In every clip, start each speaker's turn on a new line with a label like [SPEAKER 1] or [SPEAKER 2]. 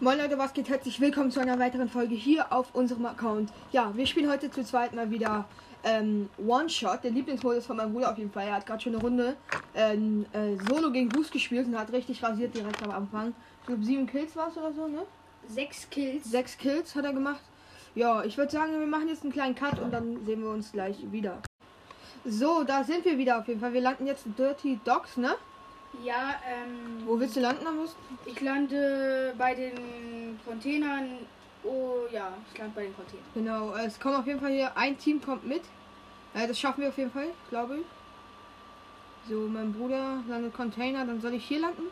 [SPEAKER 1] Moin Leute, was geht? Herzlich willkommen zu einer weiteren Folge hier auf unserem Account. Ja, wir spielen heute zu zweit mal wieder ähm, One-Shot, der Lieblingsmodus von meinem Bruder auf jeden Fall. Er hat gerade schon eine Runde ähm, äh, Solo gegen Boost gespielt und hat richtig rasiert direkt am Anfang. Ich glaube, sieben Kills war es oder so, ne?
[SPEAKER 2] Sechs Kills.
[SPEAKER 1] Sechs Kills hat er gemacht. Ja, ich würde sagen, wir machen jetzt einen kleinen Cut und dann sehen wir uns gleich wieder. So, da sind wir wieder auf jeden Fall. Wir landen jetzt in Dirty Dogs, ne?
[SPEAKER 2] Ja, ähm.
[SPEAKER 1] Wo willst du landen am besten?
[SPEAKER 2] Ich lande bei den Containern. Oh ja, ich lande bei den Containern.
[SPEAKER 1] Genau, äh, es kommt auf jeden Fall hier, ein Team kommt mit. Äh, das schaffen wir auf jeden Fall, glaube ich. So, mein Bruder landet Container, dann soll ich hier landen.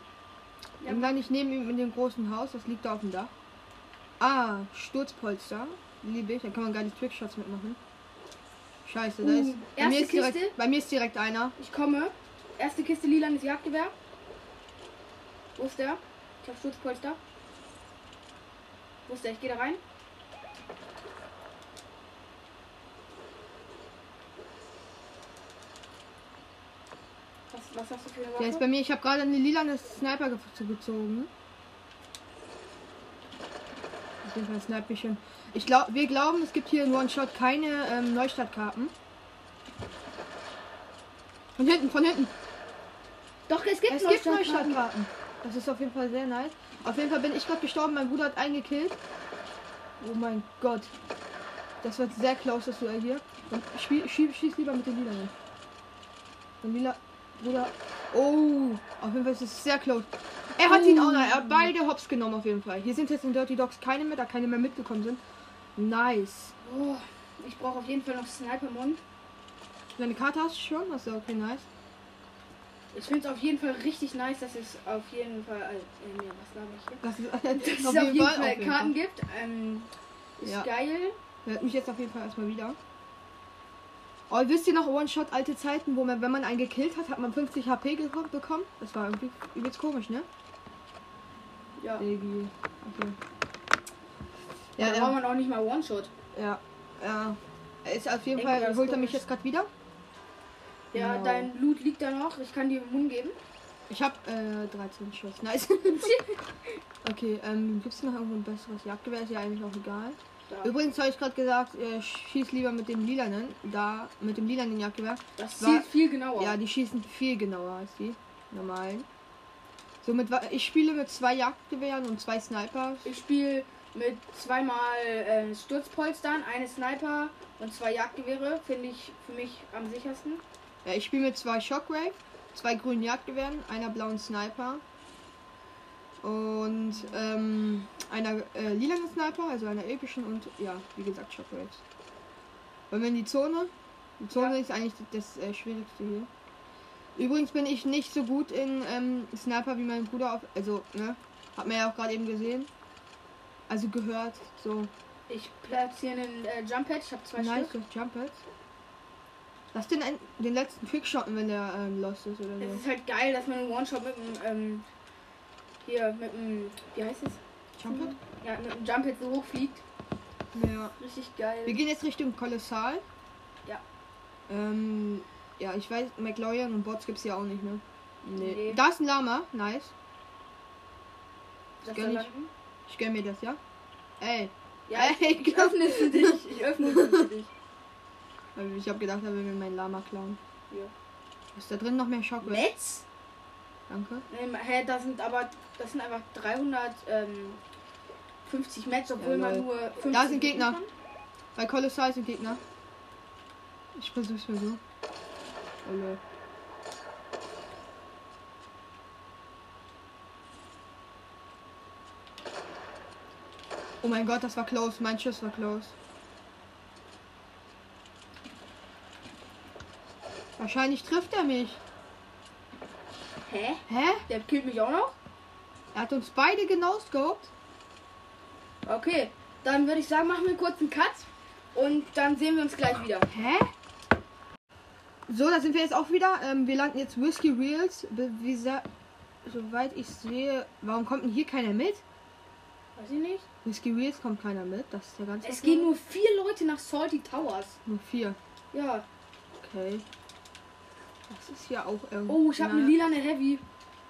[SPEAKER 2] Ja.
[SPEAKER 1] Dann lande ich neben ihm in dem großen Haus, das liegt da auf dem Dach. Ah, Sturzpolster. Liebe ich, da kann man gar nicht Trickshots mitmachen. Scheiße, da
[SPEAKER 2] Uh,
[SPEAKER 1] ist. Bei mir
[SPEAKER 2] erste
[SPEAKER 1] ist, direkt,
[SPEAKER 2] Kiste?
[SPEAKER 1] bei mir ist direkt einer.
[SPEAKER 2] Ich komme. Erste Kiste lilanes Jagdgewehr. Wo ist der? Ich hab Schutzpolster. Wo ist der? Ich gehe da rein. Was, was hast du für eine Waffe?
[SPEAKER 1] Der ist bei mir, ich habe gerade eine lilane Sniper ge- zu- gezogen. Auf jeden Fall snipe ich schon. Ich glaub, wir glauben, es gibt hier in One-Shot keine ähm, Neustadtkarten. Von hinten, von hinten.
[SPEAKER 2] Doch, es gibt
[SPEAKER 1] Es
[SPEAKER 2] Neustart-
[SPEAKER 1] gibt Neustadtkarten. Das ist auf jeden Fall sehr nice. Auf jeden Fall bin ich gerade gestorben, mein Bruder hat eingekillt. Oh mein Gott. Das wird sehr close, das Duell hier. Dann spiel, schieb, schieß lieber mit dem Lila hin. Der Lila, Bruder. Oh, auf jeden Fall ist es sehr close. Er hat ihn auch noch. Er hat beide Hops genommen auf jeden Fall. Hier sind jetzt in Dirty Dogs keine mehr, da keine mehr mitgekommen sind. Nice.
[SPEAKER 2] Oh, ich brauche auf jeden Fall noch Sniper-Mund.
[SPEAKER 1] Deine Karte hast du schon? Achso, okay, nice.
[SPEAKER 2] Ich finde es auf jeden Fall richtig nice, dass es auf jeden Fall. Äh, nee, was glaube ich hier?
[SPEAKER 1] Das ist,
[SPEAKER 2] Dass es auf jeden Fall, Karten gibt. Ähm, ist
[SPEAKER 1] Ja.
[SPEAKER 2] geil.
[SPEAKER 1] Hört mich jetzt auf jeden Fall erstmal wieder. Oh, wisst ihr noch One-Shot alte Zeiten, wo man, wenn man einen gekillt hat, hat man 50 HP ge- bekommen? Das war irgendwie übelst komisch, ne?
[SPEAKER 2] Ja.
[SPEAKER 1] Irgendwie. Okay. Ja,
[SPEAKER 2] da braucht
[SPEAKER 1] ja,
[SPEAKER 2] man auch nicht mal One-Shot.
[SPEAKER 1] ja, ja. Er Ist auf jeden
[SPEAKER 2] Irgendwie war
[SPEAKER 1] Fall,
[SPEAKER 2] das
[SPEAKER 1] holt er
[SPEAKER 2] komisch.
[SPEAKER 1] mich jetzt gerade wieder.
[SPEAKER 2] Ja,
[SPEAKER 1] Genau.
[SPEAKER 2] dein Loot liegt da noch. Ich kann dir Mund geben.
[SPEAKER 1] Ich hab äh, 13 Schuss. Nice. okay, ähm, gibt's noch irgendwo ein besseres Jagdgewehr? Ist ja eigentlich auch egal.
[SPEAKER 2] Da.
[SPEAKER 1] Übrigens habe ich gerade gesagt, äh, schieß lieber mit dem lilanen, da, mit dem lilanen Jagdgewehr.
[SPEAKER 2] Das
[SPEAKER 1] war-
[SPEAKER 2] zielt viel genauer.
[SPEAKER 1] Ja,
[SPEAKER 2] Ja,
[SPEAKER 1] die schießen viel genauer als die normalen. So mit, wa- ich spiele mit zwei Jagdgewehren und zwei Snipers.
[SPEAKER 2] ich spiele mit zweimal äh, Sturzpolstern, eine Sniper und zwei Jagdgewehre. Finde ich für mich am sichersten.
[SPEAKER 1] Ja, ich spiele mit zwei Shockwave, zwei grünen Jagdgewehren, einer blauen Sniper und ähm, einer äh, lilanen Sniper, also einer epischen und ja, wie gesagt Shockwaves. Wollen wir in die Zone? Die Zone
[SPEAKER 2] Ja.
[SPEAKER 1] ist eigentlich das äh, Schwierigste hier. Übrigens bin ich nicht so gut in ähm, Sniper wie mein Bruder, auf, also ne, hat man ja auch gerade eben gesehen. Also gehört, so
[SPEAKER 2] Ich platziere einen äh, Jump-Pad. Ich habe zwei
[SPEAKER 1] nice
[SPEAKER 2] Stück.
[SPEAKER 1] durch Jumpers. Lass den, ein- den letzten Trickshotten, wenn der ähm, lost ist oder so.
[SPEAKER 2] Es ist halt geil, dass man einen One-Shot mit dem, ähm, hier, mit dem, wie heißt es?
[SPEAKER 1] Jumpers?
[SPEAKER 2] Ja, mit dem Jump jetzt so hoch fliegt.
[SPEAKER 1] Ja.
[SPEAKER 2] Richtig geil.
[SPEAKER 1] Wir gehen jetzt Richtung Kolossal.
[SPEAKER 2] Ja.
[SPEAKER 1] Ähm, ja, ich weiß, McLaurin und Bots gibt's ja auch nicht, ne? Nee.
[SPEAKER 2] Nee.
[SPEAKER 1] Da ist ein Lama, nice.
[SPEAKER 2] das
[SPEAKER 1] gönn
[SPEAKER 2] soll
[SPEAKER 1] ich.
[SPEAKER 2] landen.
[SPEAKER 1] Ich gönn mir das, ja? Ey,
[SPEAKER 2] Ja, ich,
[SPEAKER 1] Ey,
[SPEAKER 2] ich öffne es für dich. Ich öffne es für dich.
[SPEAKER 1] ich hab gedacht, er will mir mein Lama klauen.
[SPEAKER 2] Ja.
[SPEAKER 1] Ist da drin noch mehr Shockwave?
[SPEAKER 2] Metz?
[SPEAKER 1] Danke.
[SPEAKER 2] Ähm, hä, das sind aber, das sind einfach 350 ähm, 50 Metz, obwohl
[SPEAKER 1] Ja,
[SPEAKER 2] man
[SPEAKER 1] lol.
[SPEAKER 2] nur 50
[SPEAKER 1] Da sind Gegner.
[SPEAKER 2] kann.
[SPEAKER 1] Bei Kolossal sind Gegner. Ich versuch's mal so. Oh, lol. Oh mein Gott, das war close. Mein Schuss war close. Wahrscheinlich trifft er mich.
[SPEAKER 2] Hä?
[SPEAKER 1] Hä?
[SPEAKER 2] Der killt mich auch noch?
[SPEAKER 1] Er hat uns beide genoscoped.
[SPEAKER 2] Okay, dann würde ich sagen, machen wir kurz einen Cut und dann sehen wir uns gleich wieder.
[SPEAKER 1] Hä? So, da sind wir jetzt auch wieder. Ähm, wir landen jetzt Whiskey Reels. Be- Wie sa- Soweit ich sehe, warum kommt denn hier keiner mit?
[SPEAKER 2] Weiß ich nicht.
[SPEAKER 1] Whiskey Reels kommt keiner mit. Das ist ja ganz.
[SPEAKER 2] Es
[SPEAKER 1] was
[SPEAKER 2] gehen
[SPEAKER 1] Neues.
[SPEAKER 2] nur vier Leute nach Salty Towers.
[SPEAKER 1] nur vier.
[SPEAKER 2] Ja.
[SPEAKER 1] Okay. Das ist ja auch irgendwie.
[SPEAKER 2] Oh, ich habe eine lilane Heavy.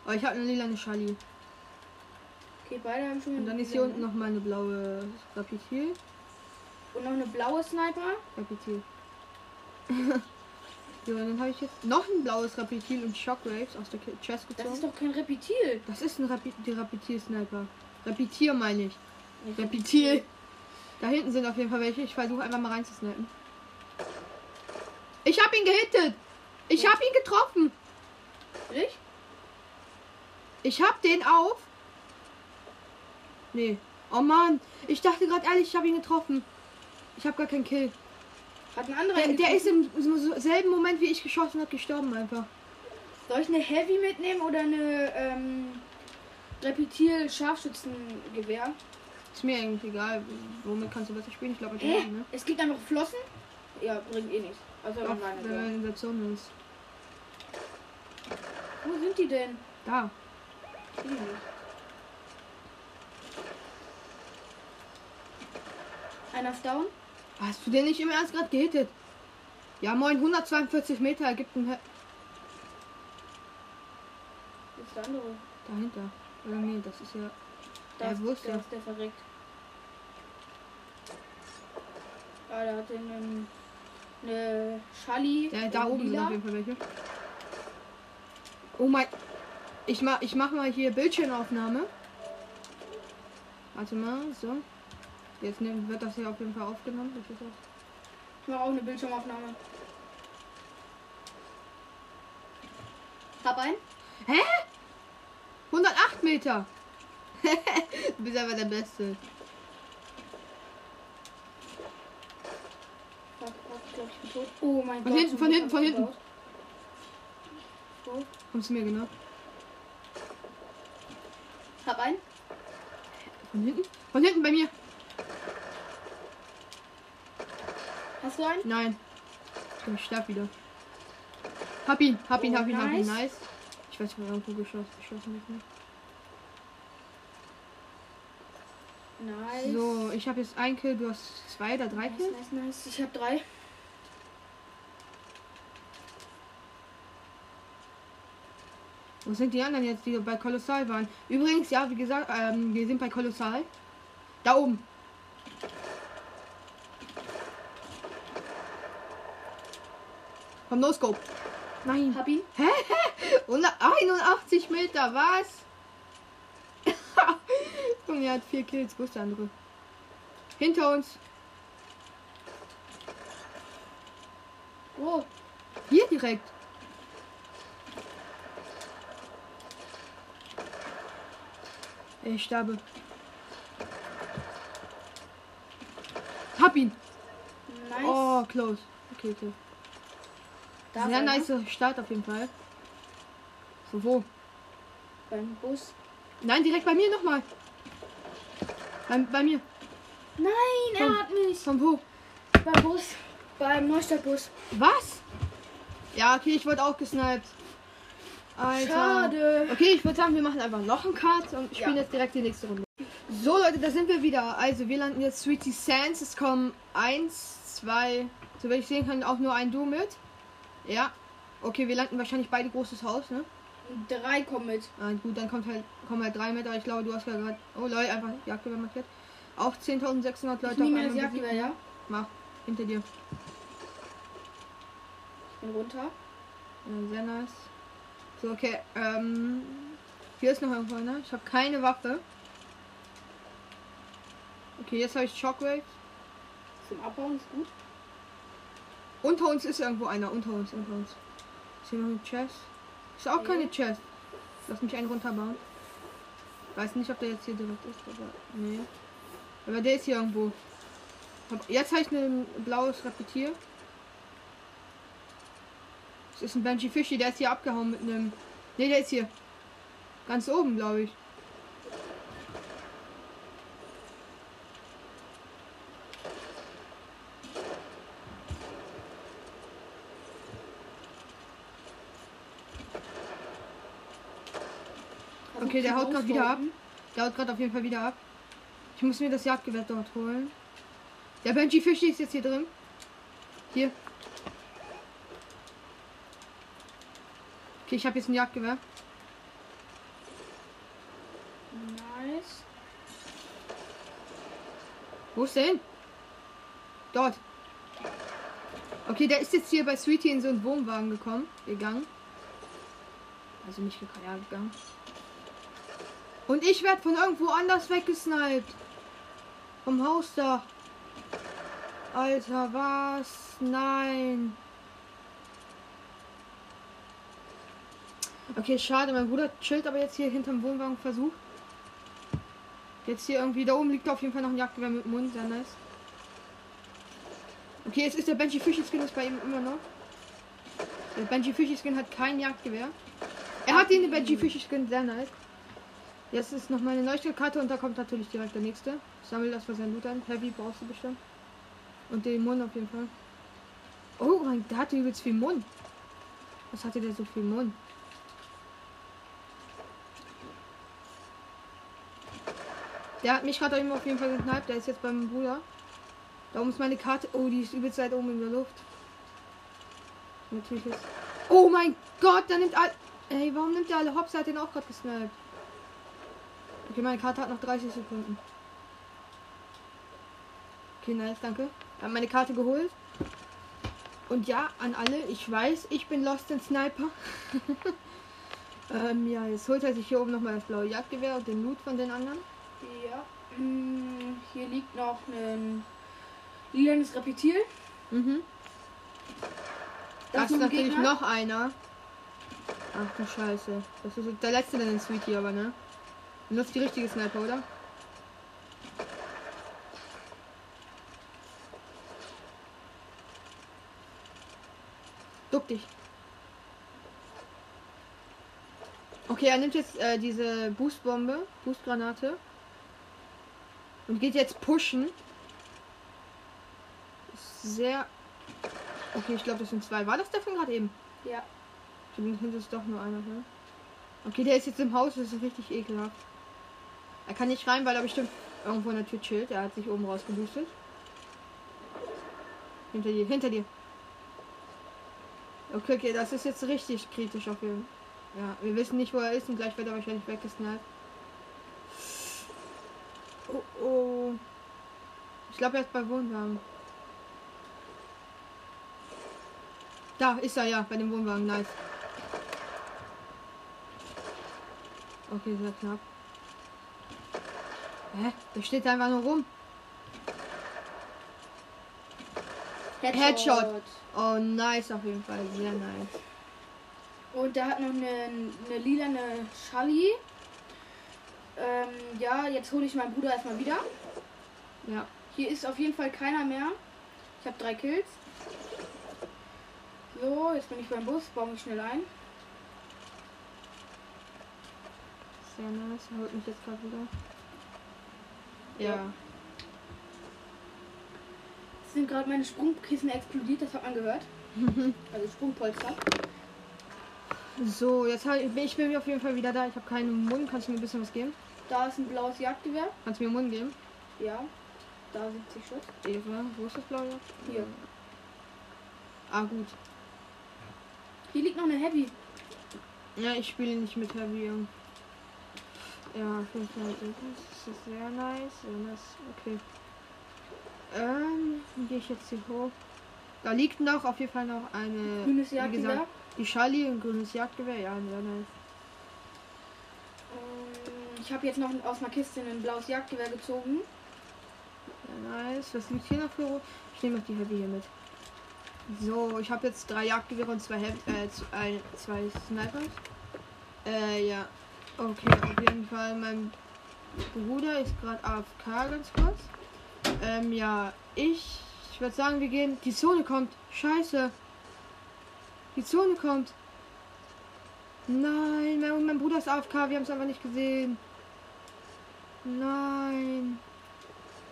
[SPEAKER 1] Oh, ich habe eine lilane Charlie.
[SPEAKER 2] Okay, beide haben schon mal
[SPEAKER 1] Und dann ist hier unten noch mal eine blaue Rapitil.
[SPEAKER 2] Und noch eine blaue Sniper.
[SPEAKER 1] Rapitil. ja, und dann habe ich jetzt noch ein blaues Rapitil und Shockwaves aus der Ki- Chest
[SPEAKER 2] Das ist
[SPEAKER 1] gezogen.
[SPEAKER 2] doch kein Repetil.
[SPEAKER 1] Das ist ein Rapi die Rapitil-Sniper. Rapitier meine ich. Rapitil. Da hinten sind auf jeden Fall welche. Ich versuche einfach mal reinzusnipen. Ich habe ihn gehittet. Ich habe ihn getroffen.
[SPEAKER 2] Richtig?
[SPEAKER 1] Ich hab den auf. Nee. Oh Mann. Ich dachte gerade ehrlich, ich habe ihn getroffen. Ich habe gar keinen Kill.
[SPEAKER 2] Hat ein anderer.
[SPEAKER 1] Der,
[SPEAKER 2] einen
[SPEAKER 1] der
[SPEAKER 2] getroffen?
[SPEAKER 1] ist im so- selben Moment, wie ich geschossen habe, gestorben einfach.
[SPEAKER 2] Soll ich eine Heavy mitnehmen oder eine ähm, Repetil Scharfschützengewehr?
[SPEAKER 1] Ist mir eigentlich egal. Womit kannst du besser spielen? Ich glaube, mit
[SPEAKER 2] Hä?
[SPEAKER 1] dem, ne?
[SPEAKER 2] Es gibt einfach Flossen? Ja, bringt eh nichts. Also
[SPEAKER 1] Doch,
[SPEAKER 2] online.
[SPEAKER 1] wenn man in der Zone ist.
[SPEAKER 2] Wo sind die denn?
[SPEAKER 1] Da.
[SPEAKER 2] Ich sehe die nicht. Einer ist down.
[SPEAKER 1] Hast du den nicht im Ernst gerade gehittet? Ja, moin, 142 Meter ergibt ein He
[SPEAKER 2] Wo Ist der andere.
[SPEAKER 1] Dahinter. Oder nee, das ist ja.
[SPEAKER 2] Da
[SPEAKER 1] Ja,
[SPEAKER 2] ist,
[SPEAKER 1] wo ist
[SPEAKER 2] der,
[SPEAKER 1] der?
[SPEAKER 2] ist der verreckt. Ah, der hat den, ähm, eine Schalli.
[SPEAKER 1] Der, da
[SPEAKER 2] in
[SPEAKER 1] oben sind
[SPEAKER 2] lila.
[SPEAKER 1] auf jeden Fall welche. Oh mein. Ich mach, ich mach mal hier Bildschirmaufnahme. Warte mal, so. Jetzt nehmen, wird das hier auf jeden Fall aufgenommen. Das ist auch-
[SPEAKER 2] Ich mache auch eine Bildschirmaufnahme. Hab einen.
[SPEAKER 1] 108 Meter! du bist aber der Beste.
[SPEAKER 2] Fuck, fuck, ich glaub, ich bin tot. Oh mein
[SPEAKER 1] Von
[SPEAKER 2] Gott.
[SPEAKER 1] hinten,
[SPEAKER 2] zum
[SPEAKER 1] von
[SPEAKER 2] Glück
[SPEAKER 1] hinten,
[SPEAKER 2] hab ich
[SPEAKER 1] von
[SPEAKER 2] gebaut. So,
[SPEAKER 1] Kommst du mir genau?
[SPEAKER 2] hab einen.
[SPEAKER 1] Von hinten? Von hinten bei mir!
[SPEAKER 2] Hast du einen?
[SPEAKER 1] Nein. Ich sterb wieder. Hab ihn, hab ihn,
[SPEAKER 2] Oh,
[SPEAKER 1] hab ihn, hab ihn,
[SPEAKER 2] nice.
[SPEAKER 1] nice. Ich weiß nicht, wo geschossen, geschossen wird, ne?
[SPEAKER 2] Nice.
[SPEAKER 1] So, ich habe jetzt ein Kill, du hast zwei oder drei
[SPEAKER 2] nice,
[SPEAKER 1] Kills.
[SPEAKER 2] nice, nice. Ich hab drei.
[SPEAKER 1] Wo sind die anderen jetzt, die bei Kolossal waren? Übrigens, ja, wie gesagt, ähm, wir sind bei Kolossal. Da oben. Vom No-Scope. Nein.
[SPEAKER 2] Hab ihn.
[SPEAKER 1] 181 Meter, was? Und er hat vier Kills, wo ist der andere? Hinter uns.
[SPEAKER 2] Oh,
[SPEAKER 1] Hier direkt. Ich sterbe. Hab ihn.
[SPEAKER 2] nice.
[SPEAKER 1] Oh, close. Okay, okay.
[SPEAKER 2] Da ist ne?
[SPEAKER 1] Sehr
[SPEAKER 2] einer.
[SPEAKER 1] nice Start auf jeden Fall. So, wo?
[SPEAKER 2] Beim Bus.
[SPEAKER 1] Nein, direkt bei mir nochmal. Bei, bei mir.
[SPEAKER 2] Nein,
[SPEAKER 1] Komm.
[SPEAKER 2] er hat mich.
[SPEAKER 1] Von wo?
[SPEAKER 2] Beim Bus. Beim Neustadtbus.
[SPEAKER 1] Was? Ja, okay, ich wurde auch gesniped. Alter.
[SPEAKER 2] Schade.
[SPEAKER 1] Okay, ich würde sagen, wir machen einfach noch einen Cut und spielen
[SPEAKER 2] Ja.
[SPEAKER 1] jetzt direkt die nächste Runde. So, Leute, da sind wir wieder. Also, wir landen jetzt Sweetie Sands. Es kommen eins, zwei, so wie ich sehen kann, auch nur ein Du mit. Ja. Okay, wir landen wahrscheinlich beide großes Haus, ne?
[SPEAKER 2] Drei kommen mit.
[SPEAKER 1] Ah, gut, dann kommt halt, kommen halt drei mit, aber ich glaube, du hast ja gerade. Oh, Leute, einfach Jagdgewehr markiert. Auch 10.600 Leute
[SPEAKER 2] Ich nehme mir das
[SPEAKER 1] einmal
[SPEAKER 2] Jagdgewehr, ja?
[SPEAKER 1] Mach, hinter dir.
[SPEAKER 2] Ich bin runter.
[SPEAKER 1] Ja, Äh, sehr nice. So, okay. Ähm, hier ist noch irgendwo, ne? Ich habe keine Waffe. Okay, jetzt habe ich Shockwave.
[SPEAKER 2] Zum Abbauen ist gut.
[SPEAKER 1] Unter uns ist irgendwo einer. Unter uns, unter uns. Ist hier noch eine Chest? Ist auch
[SPEAKER 2] Nee.
[SPEAKER 1] keine Chest. Lass mich einen runterbauen. Weiß nicht, ob der jetzt hier direkt ist, aber nee. Aber der ist hier irgendwo. Hab- Jetzt habe ich ein blaues Repetier. Es ist ein Banshee Fischi, der ist hier abgehauen mit einem. Ne, der ist hier. Ganz oben, glaube ich.
[SPEAKER 2] Versuch
[SPEAKER 1] Okay, der
[SPEAKER 2] zu
[SPEAKER 1] haut grad wieder ab.
[SPEAKER 2] auszuhalten.
[SPEAKER 1] Der haut gerade auf jeden Fall wieder ab. Ich muss mir das Jagdgewehr dort holen. Der Benji Fischi ist jetzt hier drin. Hier. Okay, ich habe jetzt ein Jagdgewehr.
[SPEAKER 2] Nice. nice.
[SPEAKER 1] Wo ist der hin? Dort. Okay, der ist jetzt hier bei Sweetie in so einen Wohnwagen gekommen. Gegangen. Also nicht gekommen, ja, gegangen. Und ich werde von irgendwo anders weggesniped. Vom Haus da. Alter, was? Nein. Okay, schade. Mein Bruder chillt aber jetzt hier hinterm Wohnwagen versucht. Jetzt hier irgendwie, da oben liegt auf jeden Fall noch ein Jagdgewehr mit Mund, sehr nice. Okay, jetzt ist der Benji Fischi Skin ist bei ihm immer noch. Der Benji Fischi Skin hat kein Jagdgewehr. Er hat den Benji Fischi Skin, sehr nice. Jetzt ist noch meine Neuigkeitskarte und da kommt natürlich direkt der nächste. Ich sammle das für sein Loot ein. Heavy brauchst du bestimmt. Und den Mund auf jeden Fall. Oh mein, der hatte übelst viel Mund. Was hatte der so viel Mund? Der hat mich gerade eben auf jeden Fall geknallt. Der ist jetzt beim Bruder. Da oben ist meine Karte. Oh, die ist übelst weit oben in der Luft. Natürlich ist. Oh mein Gott, der nimmt all. Ey, warum nimmt der alle Hops? Der hat den auch gerade gesniped. Okay, meine Karte hat noch 30 Sekunden. Okay, nice, danke. Ich habe meine Karte geholt. Und ja, an alle, ich weiß, ich bin Lost in Sniper. ähm, ja, jetzt holt er sich hier oben nochmal das blaue Jagdgewehr und den Loot von den anderen.
[SPEAKER 2] Ja. Hm, hier liegt noch ein lilanes Reptil.
[SPEAKER 1] Mhm. Da ist
[SPEAKER 2] ein
[SPEAKER 1] natürlich
[SPEAKER 2] Gegner.
[SPEAKER 1] noch einer. Ach du Scheiße. Das ist der letzte dann in Sweetie, aber ne? Du nutzt die richtige Sniper, oder? Duck dich. Okay, er nimmt jetzt äh, diese Boostbombe, Boostgranate. Und geht jetzt pushen. Ist Sehr. Okay, ich glaube, das sind zwei. War das der von gerade eben?
[SPEAKER 2] Ja.
[SPEAKER 1] Stimmt, hinten ist doch nur einer, ne? Okay, der ist jetzt im Haus, das ist richtig ekelhaft. Er kann nicht rein, weil er bestimmt irgendwo in der Tür chillt. Er hat sich oben rausgeboostet. Hinter dir, hinter dir. Okay, okay, das ist jetzt richtig kritisch auf jeden Fall. Ja, wir wissen nicht, wo er ist und gleich wird er wahrscheinlich weggesnallt. Oh, oh. Ich glaube, er ist bei Wohnwagen. Da ist er, ja, bei dem Wohnwagen, nice. Okay, sehr knapp. Hä? Der steht da einfach nur rum. Headshot. Oh, nice auf jeden Fall. Sehr nice.
[SPEAKER 2] Und der hat noch eine, eine lilane Schalli. Ähm, ja, jetzt hole ich meinen Bruder erstmal wieder.
[SPEAKER 1] Ja.
[SPEAKER 2] Hier ist auf jeden Fall keiner mehr. Ich habe drei Kills. So, jetzt bin ich beim Bus, baue mich schnell ein.
[SPEAKER 1] Sehr nice. Er holt mich jetzt gerade wieder.
[SPEAKER 2] Ja.
[SPEAKER 1] Ja.
[SPEAKER 2] Es sind gerade meine Sprungkissen explodiert, das hat man gehört. also Sprungpolster.
[SPEAKER 1] So, jetzt hab ich, ich bin auf jeden Fall wieder da. Ich habe keinen Mund. Kannst du mir ein bisschen was geben?
[SPEAKER 2] Da ist ein blaues Jagdgewehr.
[SPEAKER 1] Kannst du mir einen Mund geben?
[SPEAKER 2] Ja. Da 70 Schuss.
[SPEAKER 1] Eva, wo ist das blaue?
[SPEAKER 2] Hier.
[SPEAKER 1] Ah, gut.
[SPEAKER 2] Hier liegt noch eine Heavy.
[SPEAKER 1] Ja, ich spiele nicht mit Heavy. ähm. Ja, auf jeden Fall. Das ist sehr nice. Sehr nice. Okay. Ähm, wie gehe ich jetzt hier hoch? Da liegt noch auf jeden Fall noch eine.
[SPEAKER 2] Grünes
[SPEAKER 1] wie gesagt,
[SPEAKER 2] Jagdgewehr.
[SPEAKER 1] Die Charlie und grünes Jagdgewehr, ja, sehr nice.
[SPEAKER 2] Ähm, Ich habe jetzt noch aus einer Kiste ein blaues Jagdgewehr gezogen.
[SPEAKER 1] Sehr nice. Was liegt hier noch für Ru- Ich nehme noch die Heavy hier mit. So, ich habe jetzt drei Jagdgewehre und zwei Heavy, äh, z- ein, zwei Snipers. Äh, ja. Okay, auf jeden Fall. Mein Bruder ist gerade AFK, ganz kurz. Ähm, ja, ich, ich würde sagen, wir gehen. Die Zone kommt. Scheiße. Die Zone kommt. Nein, mein, mein Bruder ist AFK, wir haben es einfach nicht gesehen. Nein.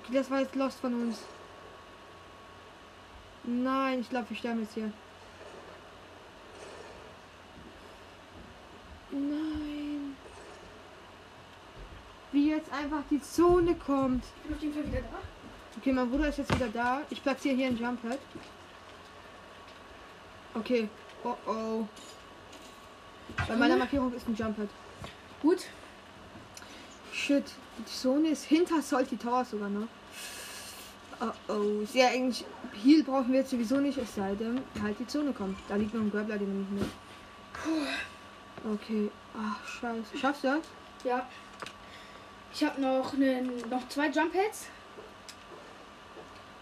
[SPEAKER 1] Okay, Das war jetzt lost von uns. Nein, ich glaube, wir sterben jetzt hier. Nein. Wie jetzt einfach die Zone kommt.
[SPEAKER 2] Ich bin auf jeden Fall wieder da.
[SPEAKER 1] Okay, mein Bruder ist jetzt wieder da. Ich platziere hier ein Jump Pad. Okay. Oh oh. Bei meiner Markierung ist ein Jump Pad.
[SPEAKER 2] Gut.
[SPEAKER 1] Shit. Die Zone ist hinter Salty Tower sogar noch. Oh, oh. Sehr eng. Heal brauchen wir jetzt sowieso nicht, es sei denn, halt die Zone kommt. Da liegt noch ein Grappler, den nehme ich mit. Okay. Ach, scheiße. Schaffst du das?
[SPEAKER 2] Ja. Ich habe noch, nen- noch zwei Jump Heads.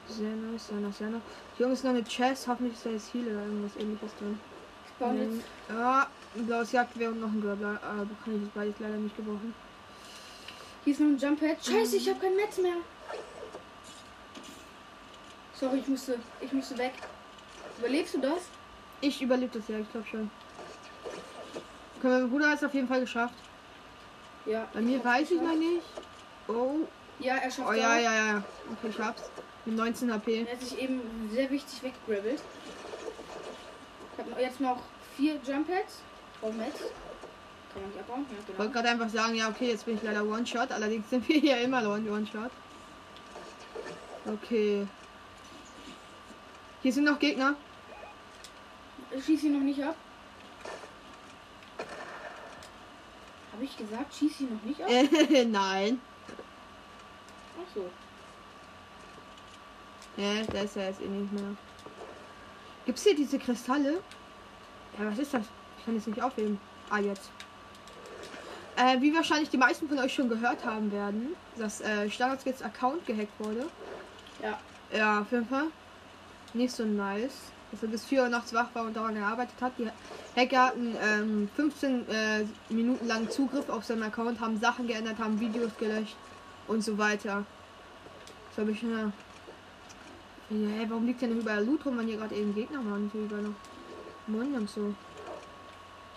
[SPEAKER 1] Sehr nice, sehr nice, sehr nice. Hier oben ist noch eine Chest. Hoffentlich ist da jetzt Heal oder irgendwas ähnliches drin.
[SPEAKER 2] Ich baue
[SPEAKER 1] Hm.
[SPEAKER 2] jetzt
[SPEAKER 1] Ja, ein blaues Jagdgewehr und noch ein Grappler. Aber kann ich das beides leider nicht gebrauchen.
[SPEAKER 2] Hier ist noch ein Jump Pad. Scheiße,
[SPEAKER 1] Hm.
[SPEAKER 2] ich habe kein Netz mehr. Sorry, ich musste, ich musste weg. Überlebst du das?
[SPEAKER 1] Ich überlebe das ja, ich glaube schon. Okay, mein Bruder hat es auf jeden Fall geschafft.
[SPEAKER 2] Ja.
[SPEAKER 1] Bei mir
[SPEAKER 2] hab's
[SPEAKER 1] weiß ich noch
[SPEAKER 2] geschafft.
[SPEAKER 1] nicht. Oh,
[SPEAKER 2] Ja, er schafft
[SPEAKER 1] oh ja,
[SPEAKER 2] auch.
[SPEAKER 1] ja, ja. ja. Okay, ich hab's. Mit 19 HP.
[SPEAKER 2] Er hat sich eben sehr wichtig weggegrabbelt. Ich habe jetzt noch vier Jump Pads. Warum jetzt? Kann man nicht abbauen?
[SPEAKER 1] Ich
[SPEAKER 2] Ja,
[SPEAKER 1] wollte
[SPEAKER 2] genau.
[SPEAKER 1] gerade einfach sagen, ja, okay, jetzt bin ich leider One-Shot. Allerdings sind wir hier immer One- One-Shot. Okay. Hier sind noch Gegner.
[SPEAKER 2] Ich schieße ihn noch nicht ab. Habe ich gesagt, schieße ihn noch nicht ab?
[SPEAKER 1] Äh, Nein.
[SPEAKER 2] Ach so.
[SPEAKER 1] Ja, da ist er jetzt eh nicht mehr. Gibt's hier diese Kristalle? Ja, was ist das? Ich kann es nicht aufheben. Ah, jetzt. Äh, wie wahrscheinlich die meisten von euch schon gehört haben werden, dass äh, Standardskills Account gehackt wurde.
[SPEAKER 2] Ja.
[SPEAKER 1] Ja, auf jeden Fall. Nicht so nice. Dass er bis 4 Uhr nachts wach war und daran gearbeitet hat. Die Hacker hatten ähm, 15 äh, Minuten lang Zugriff auf seinen Account, haben Sachen geändert, haben Videos gelöscht und so weiter. Das habe ich schon. Ja, hey, warum liegt denn überall Loot rum, wenn hier gerade eben Gegner waren? Hier überall noch Mund und so.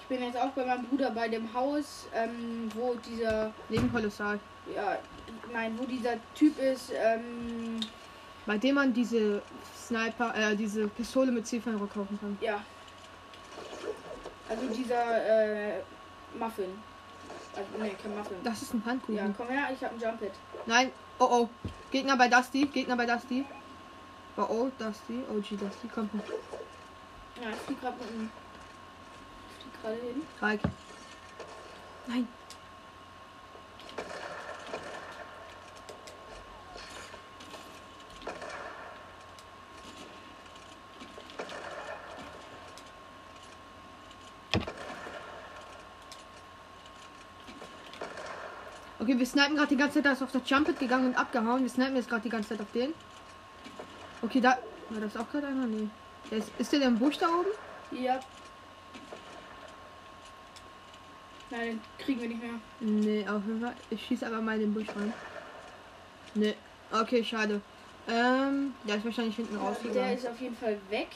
[SPEAKER 2] Ich bin jetzt auch bei meinem Bruder bei dem Haus, ähm, wo dieser,
[SPEAKER 1] Neben Kolossal.
[SPEAKER 2] ja, nein, wo dieser Typ ist, ähm,
[SPEAKER 1] Bei dem man diese Sniper, äh, diese Pistole mit Zielfernrohr kaufen kann.
[SPEAKER 2] ja. Also dieser, äh, Muffin. Also, nee, kein Muffin.
[SPEAKER 1] Das ist ein Pfannkuchen.
[SPEAKER 2] Ja, komm her, ich hab einen Jump Hit.
[SPEAKER 1] Nein. Oh oh. Gegner bei Dusty. Gegner bei Dusty. Oh oh, Dusty. OG Dusty. Komm, komm.
[SPEAKER 2] Ja, ich flieg grad mit dem, ich flieg gerade hin.
[SPEAKER 1] Reik. Nein. Okay, wir snipen gerade die ganze Zeit, da ist auf das Jumpet gegangen und abgehauen. Wir snipen jetzt gerade die ganze Zeit auf den. Okay, da. War das auch gerade einer? Nee. Der ist, ist der denn im Busch da oben?
[SPEAKER 2] Ja. Nein, den kriegen wir nicht mehr.
[SPEAKER 1] Nee, auf jeden Fall. Ich schieße aber mal in den Busch rein. Nee. Okay, schade. Ähm, der ist wahrscheinlich hinten
[SPEAKER 2] der
[SPEAKER 1] rausgegangen.
[SPEAKER 2] ist auf jeden Fall weg.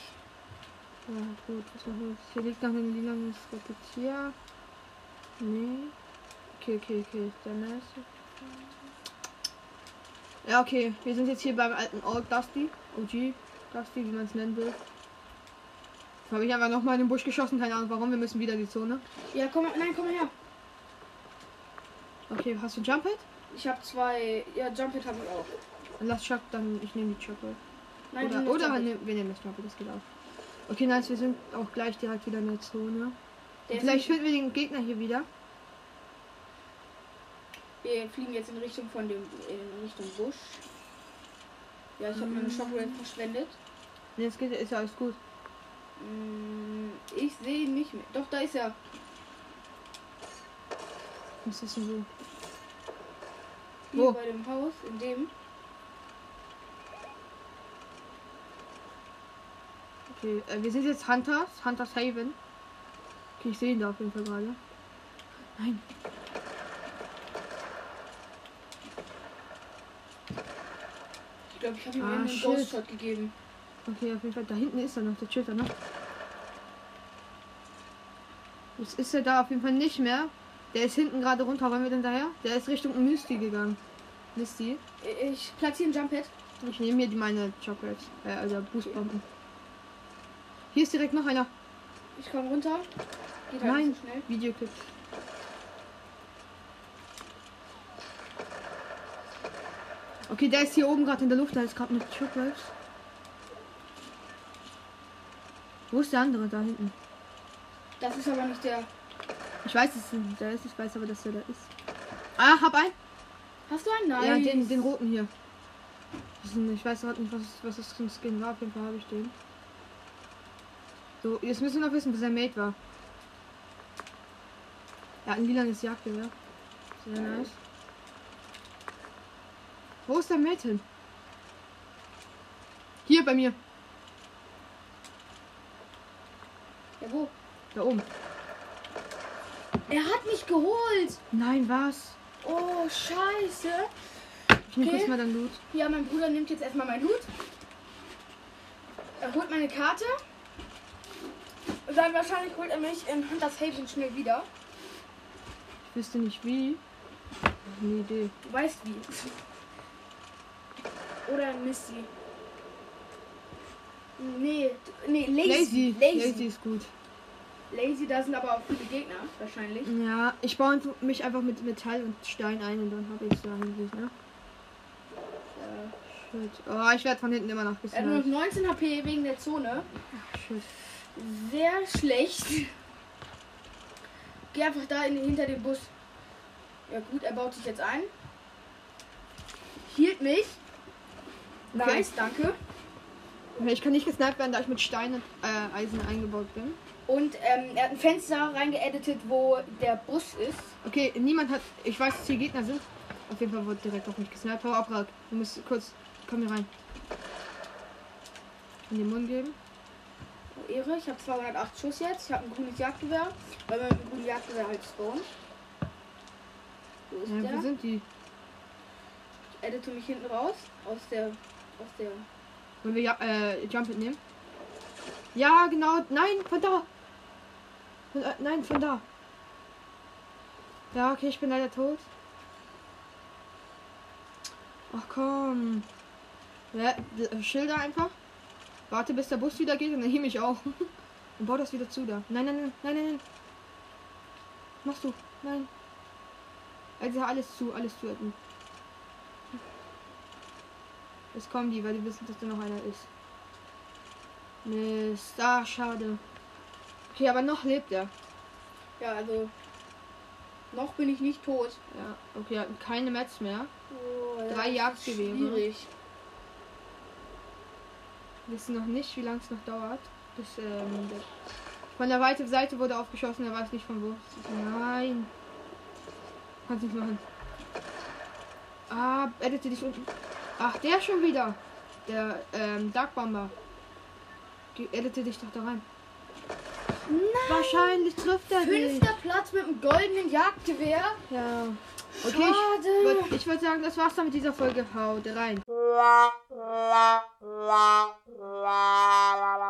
[SPEAKER 1] Ja, gut, was machen wir jetzt? Hier liegt noch ein lilanes Repetier. Nee. Okay, okay, okay, ist der nice. Ja, okay, wir sind jetzt hier beim alten Old Dusty. OG Dusty, wie man es nennen will. Jetzt Habe ich einfach nochmal in den Busch geschossen, keine Ahnung warum, wir müssen wieder die Zone.
[SPEAKER 2] Ja, komm, nein, komm her.
[SPEAKER 1] Okay, hast du Jump Hit?
[SPEAKER 2] Ich hab zwei, ja, Jump Hit hab ich auch.
[SPEAKER 1] Dann lass Chuck, dann ich nehme die Chuck.
[SPEAKER 2] Nein,
[SPEAKER 1] oder
[SPEAKER 2] du musst
[SPEAKER 1] oder
[SPEAKER 2] Jump
[SPEAKER 1] wir,
[SPEAKER 2] Hit.
[SPEAKER 1] nehmen, wir nehmen das Mappe, das geht auch. Okay, nice, wir sind auch gleich direkt wieder in der Zone.
[SPEAKER 2] Der
[SPEAKER 1] Und Vielleicht
[SPEAKER 2] fliegt-
[SPEAKER 1] finden wir den Gegner hier wieder.
[SPEAKER 2] wir fliegen jetzt in Richtung von dem in Richtung Busch. Ja, ich habe
[SPEAKER 1] Mhm.
[SPEAKER 2] meine Shockwave verschwendet.
[SPEAKER 1] Ne, es geht, ist ja alles gut.
[SPEAKER 2] Mm, Ich sehe ihn nicht mehr. Doch, da ist er.
[SPEAKER 1] Was ist denn so?
[SPEAKER 2] Hier
[SPEAKER 1] Wo?
[SPEAKER 2] bei dem Haus, in dem.
[SPEAKER 1] Okay, äh, wir sind jetzt Hunters, Hunters Haven. Okay, ich sehe ihn da auf jeden Fall gerade. Nein.
[SPEAKER 2] Ich glaube, ich habe ihm
[SPEAKER 1] Ah,
[SPEAKER 2] eben einen
[SPEAKER 1] shit.
[SPEAKER 2] Ghost Shot gegeben.
[SPEAKER 1] Okay, auf jeden Fall, da hinten ist er noch, der chillt da noch. Jetzt ist er da auf jeden Fall nicht mehr. Der ist hinten gerade runter, wollen wir denn daher? Der ist Richtung Misty gegangen. Misty.
[SPEAKER 2] I- Ich platziere ein Jump Pad.
[SPEAKER 1] Ich nehme mir die meine Chocolates, äh, also Boostbomben. Hier ist direkt noch einer.
[SPEAKER 2] Ich komme runter. Geht halt
[SPEAKER 1] Nein.
[SPEAKER 2] nicht so schnell.
[SPEAKER 1] Videoclip. Okay, der ist hier oben gerade in der Luft, da ist gerade mit Chocolates. Wo ist der andere da hinten?
[SPEAKER 2] Das ist aber nicht der.
[SPEAKER 1] Ich weiß, dass der ist, ich weiß aber, dass der da ist. Ah, hab einen.
[SPEAKER 2] Hast du einen? Nein.
[SPEAKER 1] Ja, den, den roten hier. Das ist ein- Ich weiß gerade nicht, was, was das für ein Skin war. Auf jeden Fall habe ich den. So, jetzt müssen wir noch wissen, bis er made war. Er hat ein lilanes Jagdgewehr. Sehr nice. Wo ist der Mate hin? Hier bei mir.
[SPEAKER 2] Ja, wo?
[SPEAKER 1] Da oben.
[SPEAKER 2] Er hat mich geholt.
[SPEAKER 1] Nein, was?
[SPEAKER 2] Oh, scheiße.
[SPEAKER 1] Ich nehme
[SPEAKER 2] Okay.
[SPEAKER 1] kurz mal dein Loot.
[SPEAKER 2] Ja, mein Bruder nimmt jetzt erstmal meinen Hut. Er holt meine Karte. Und dann wahrscheinlich holt er mich in Hunters Haven schnell wieder.
[SPEAKER 1] Ich wüsste nicht wie. Hab Eine Idee.
[SPEAKER 2] Du weißt wie. Oder Missy. Nee, nee, Lazy.
[SPEAKER 1] Lazy. Lazy
[SPEAKER 2] Lazy.
[SPEAKER 1] ist gut.
[SPEAKER 2] Lazy, da sind aber auch viele Gegner, wahrscheinlich.
[SPEAKER 1] Ja, ich baue einfach- mich einfach mit Metall und Stein ein und dann habe ich es da eigentlich, ne?
[SPEAKER 2] Äh,
[SPEAKER 1] Shit. Oh, ich werde von hinten immer noch
[SPEAKER 2] er hat nur noch
[SPEAKER 1] gesniped.
[SPEAKER 2] 19 HP wegen der Zone.
[SPEAKER 1] Shit.
[SPEAKER 2] Sehr schlecht. Geh einfach da in, hinter den Bus. Ja gut, er baut sich jetzt ein. Hielt mich.
[SPEAKER 1] Okay.
[SPEAKER 2] Nice, danke.
[SPEAKER 1] Okay, Ich kann nicht gesniped werden, da ich mit Stein und äh, Eisen eingebaut bin.
[SPEAKER 2] Und ähm, er hat ein Fenster reingeeditet, wo der Bus ist.
[SPEAKER 1] Okay, niemand hat. Ich weiß, dass hier Gegner sind. Auf jeden Fall wurde direkt auf mich gesniped. Hau ab, Rack. Du musst kurz. Komm hier rein. In den Mund geben.
[SPEAKER 2] Oh, Ehre, ich habe 208 Schuss jetzt. Ich habe ein grünes Jagdgewehr. Weil man mit einem grünen Jagdgewehr halt spawnt. Wo ist
[SPEAKER 1] Ja, Äh, wo
[SPEAKER 2] der?
[SPEAKER 1] sind die?
[SPEAKER 2] Ich edite mich hinten raus. Aus der. Aus der.
[SPEAKER 1] Wollen wir ja, äh, Jump It nehmen? Ja, genau. Nein, von da. Von, äh, nein, von da. Ja, okay, ich bin leider tot. Ach komm. Ja, d- Schilder einfach. Warte, bis der Bus wieder geht und dann hebe ich auch. Und bau das wieder zu da. Nein, nein, nein, nein, nein, nein. Machst du. Nein. Also alles zu, alles zu, Edmund. Jetzt kommen die, weil die wissen, dass da noch einer ist. Mist. Ah, schade. Okay, aber noch lebt er.
[SPEAKER 2] Ja, also. Noch bin ich nicht tot.
[SPEAKER 1] Ja, okay, er hat keine Mets mehr.
[SPEAKER 2] Oh, ja,
[SPEAKER 1] Drei Jagdgewehre.
[SPEAKER 2] Schwierig.
[SPEAKER 1] Wir wissen noch nicht, wie lange es noch dauert. Bis, ähm, der- von der weiten Seite wurde aufgeschossen, er weiß nicht von wo. Nein. Kannst nicht machen. Ah, edite dich unten. Ach, der schon wieder. Der, ähm, Dark Bomber. Die edite dich doch da rein.
[SPEAKER 2] Nein.
[SPEAKER 1] Wahrscheinlich trifft er dich.
[SPEAKER 2] Fünfter Platz mit einem goldenen Jagdgewehr.
[SPEAKER 1] Ja. Okay, ich-
[SPEAKER 2] Schade.
[SPEAKER 1] Gut, ich würde sagen, das war's dann mit dieser Folge. Haut rein.
[SPEAKER 3] la la la la la la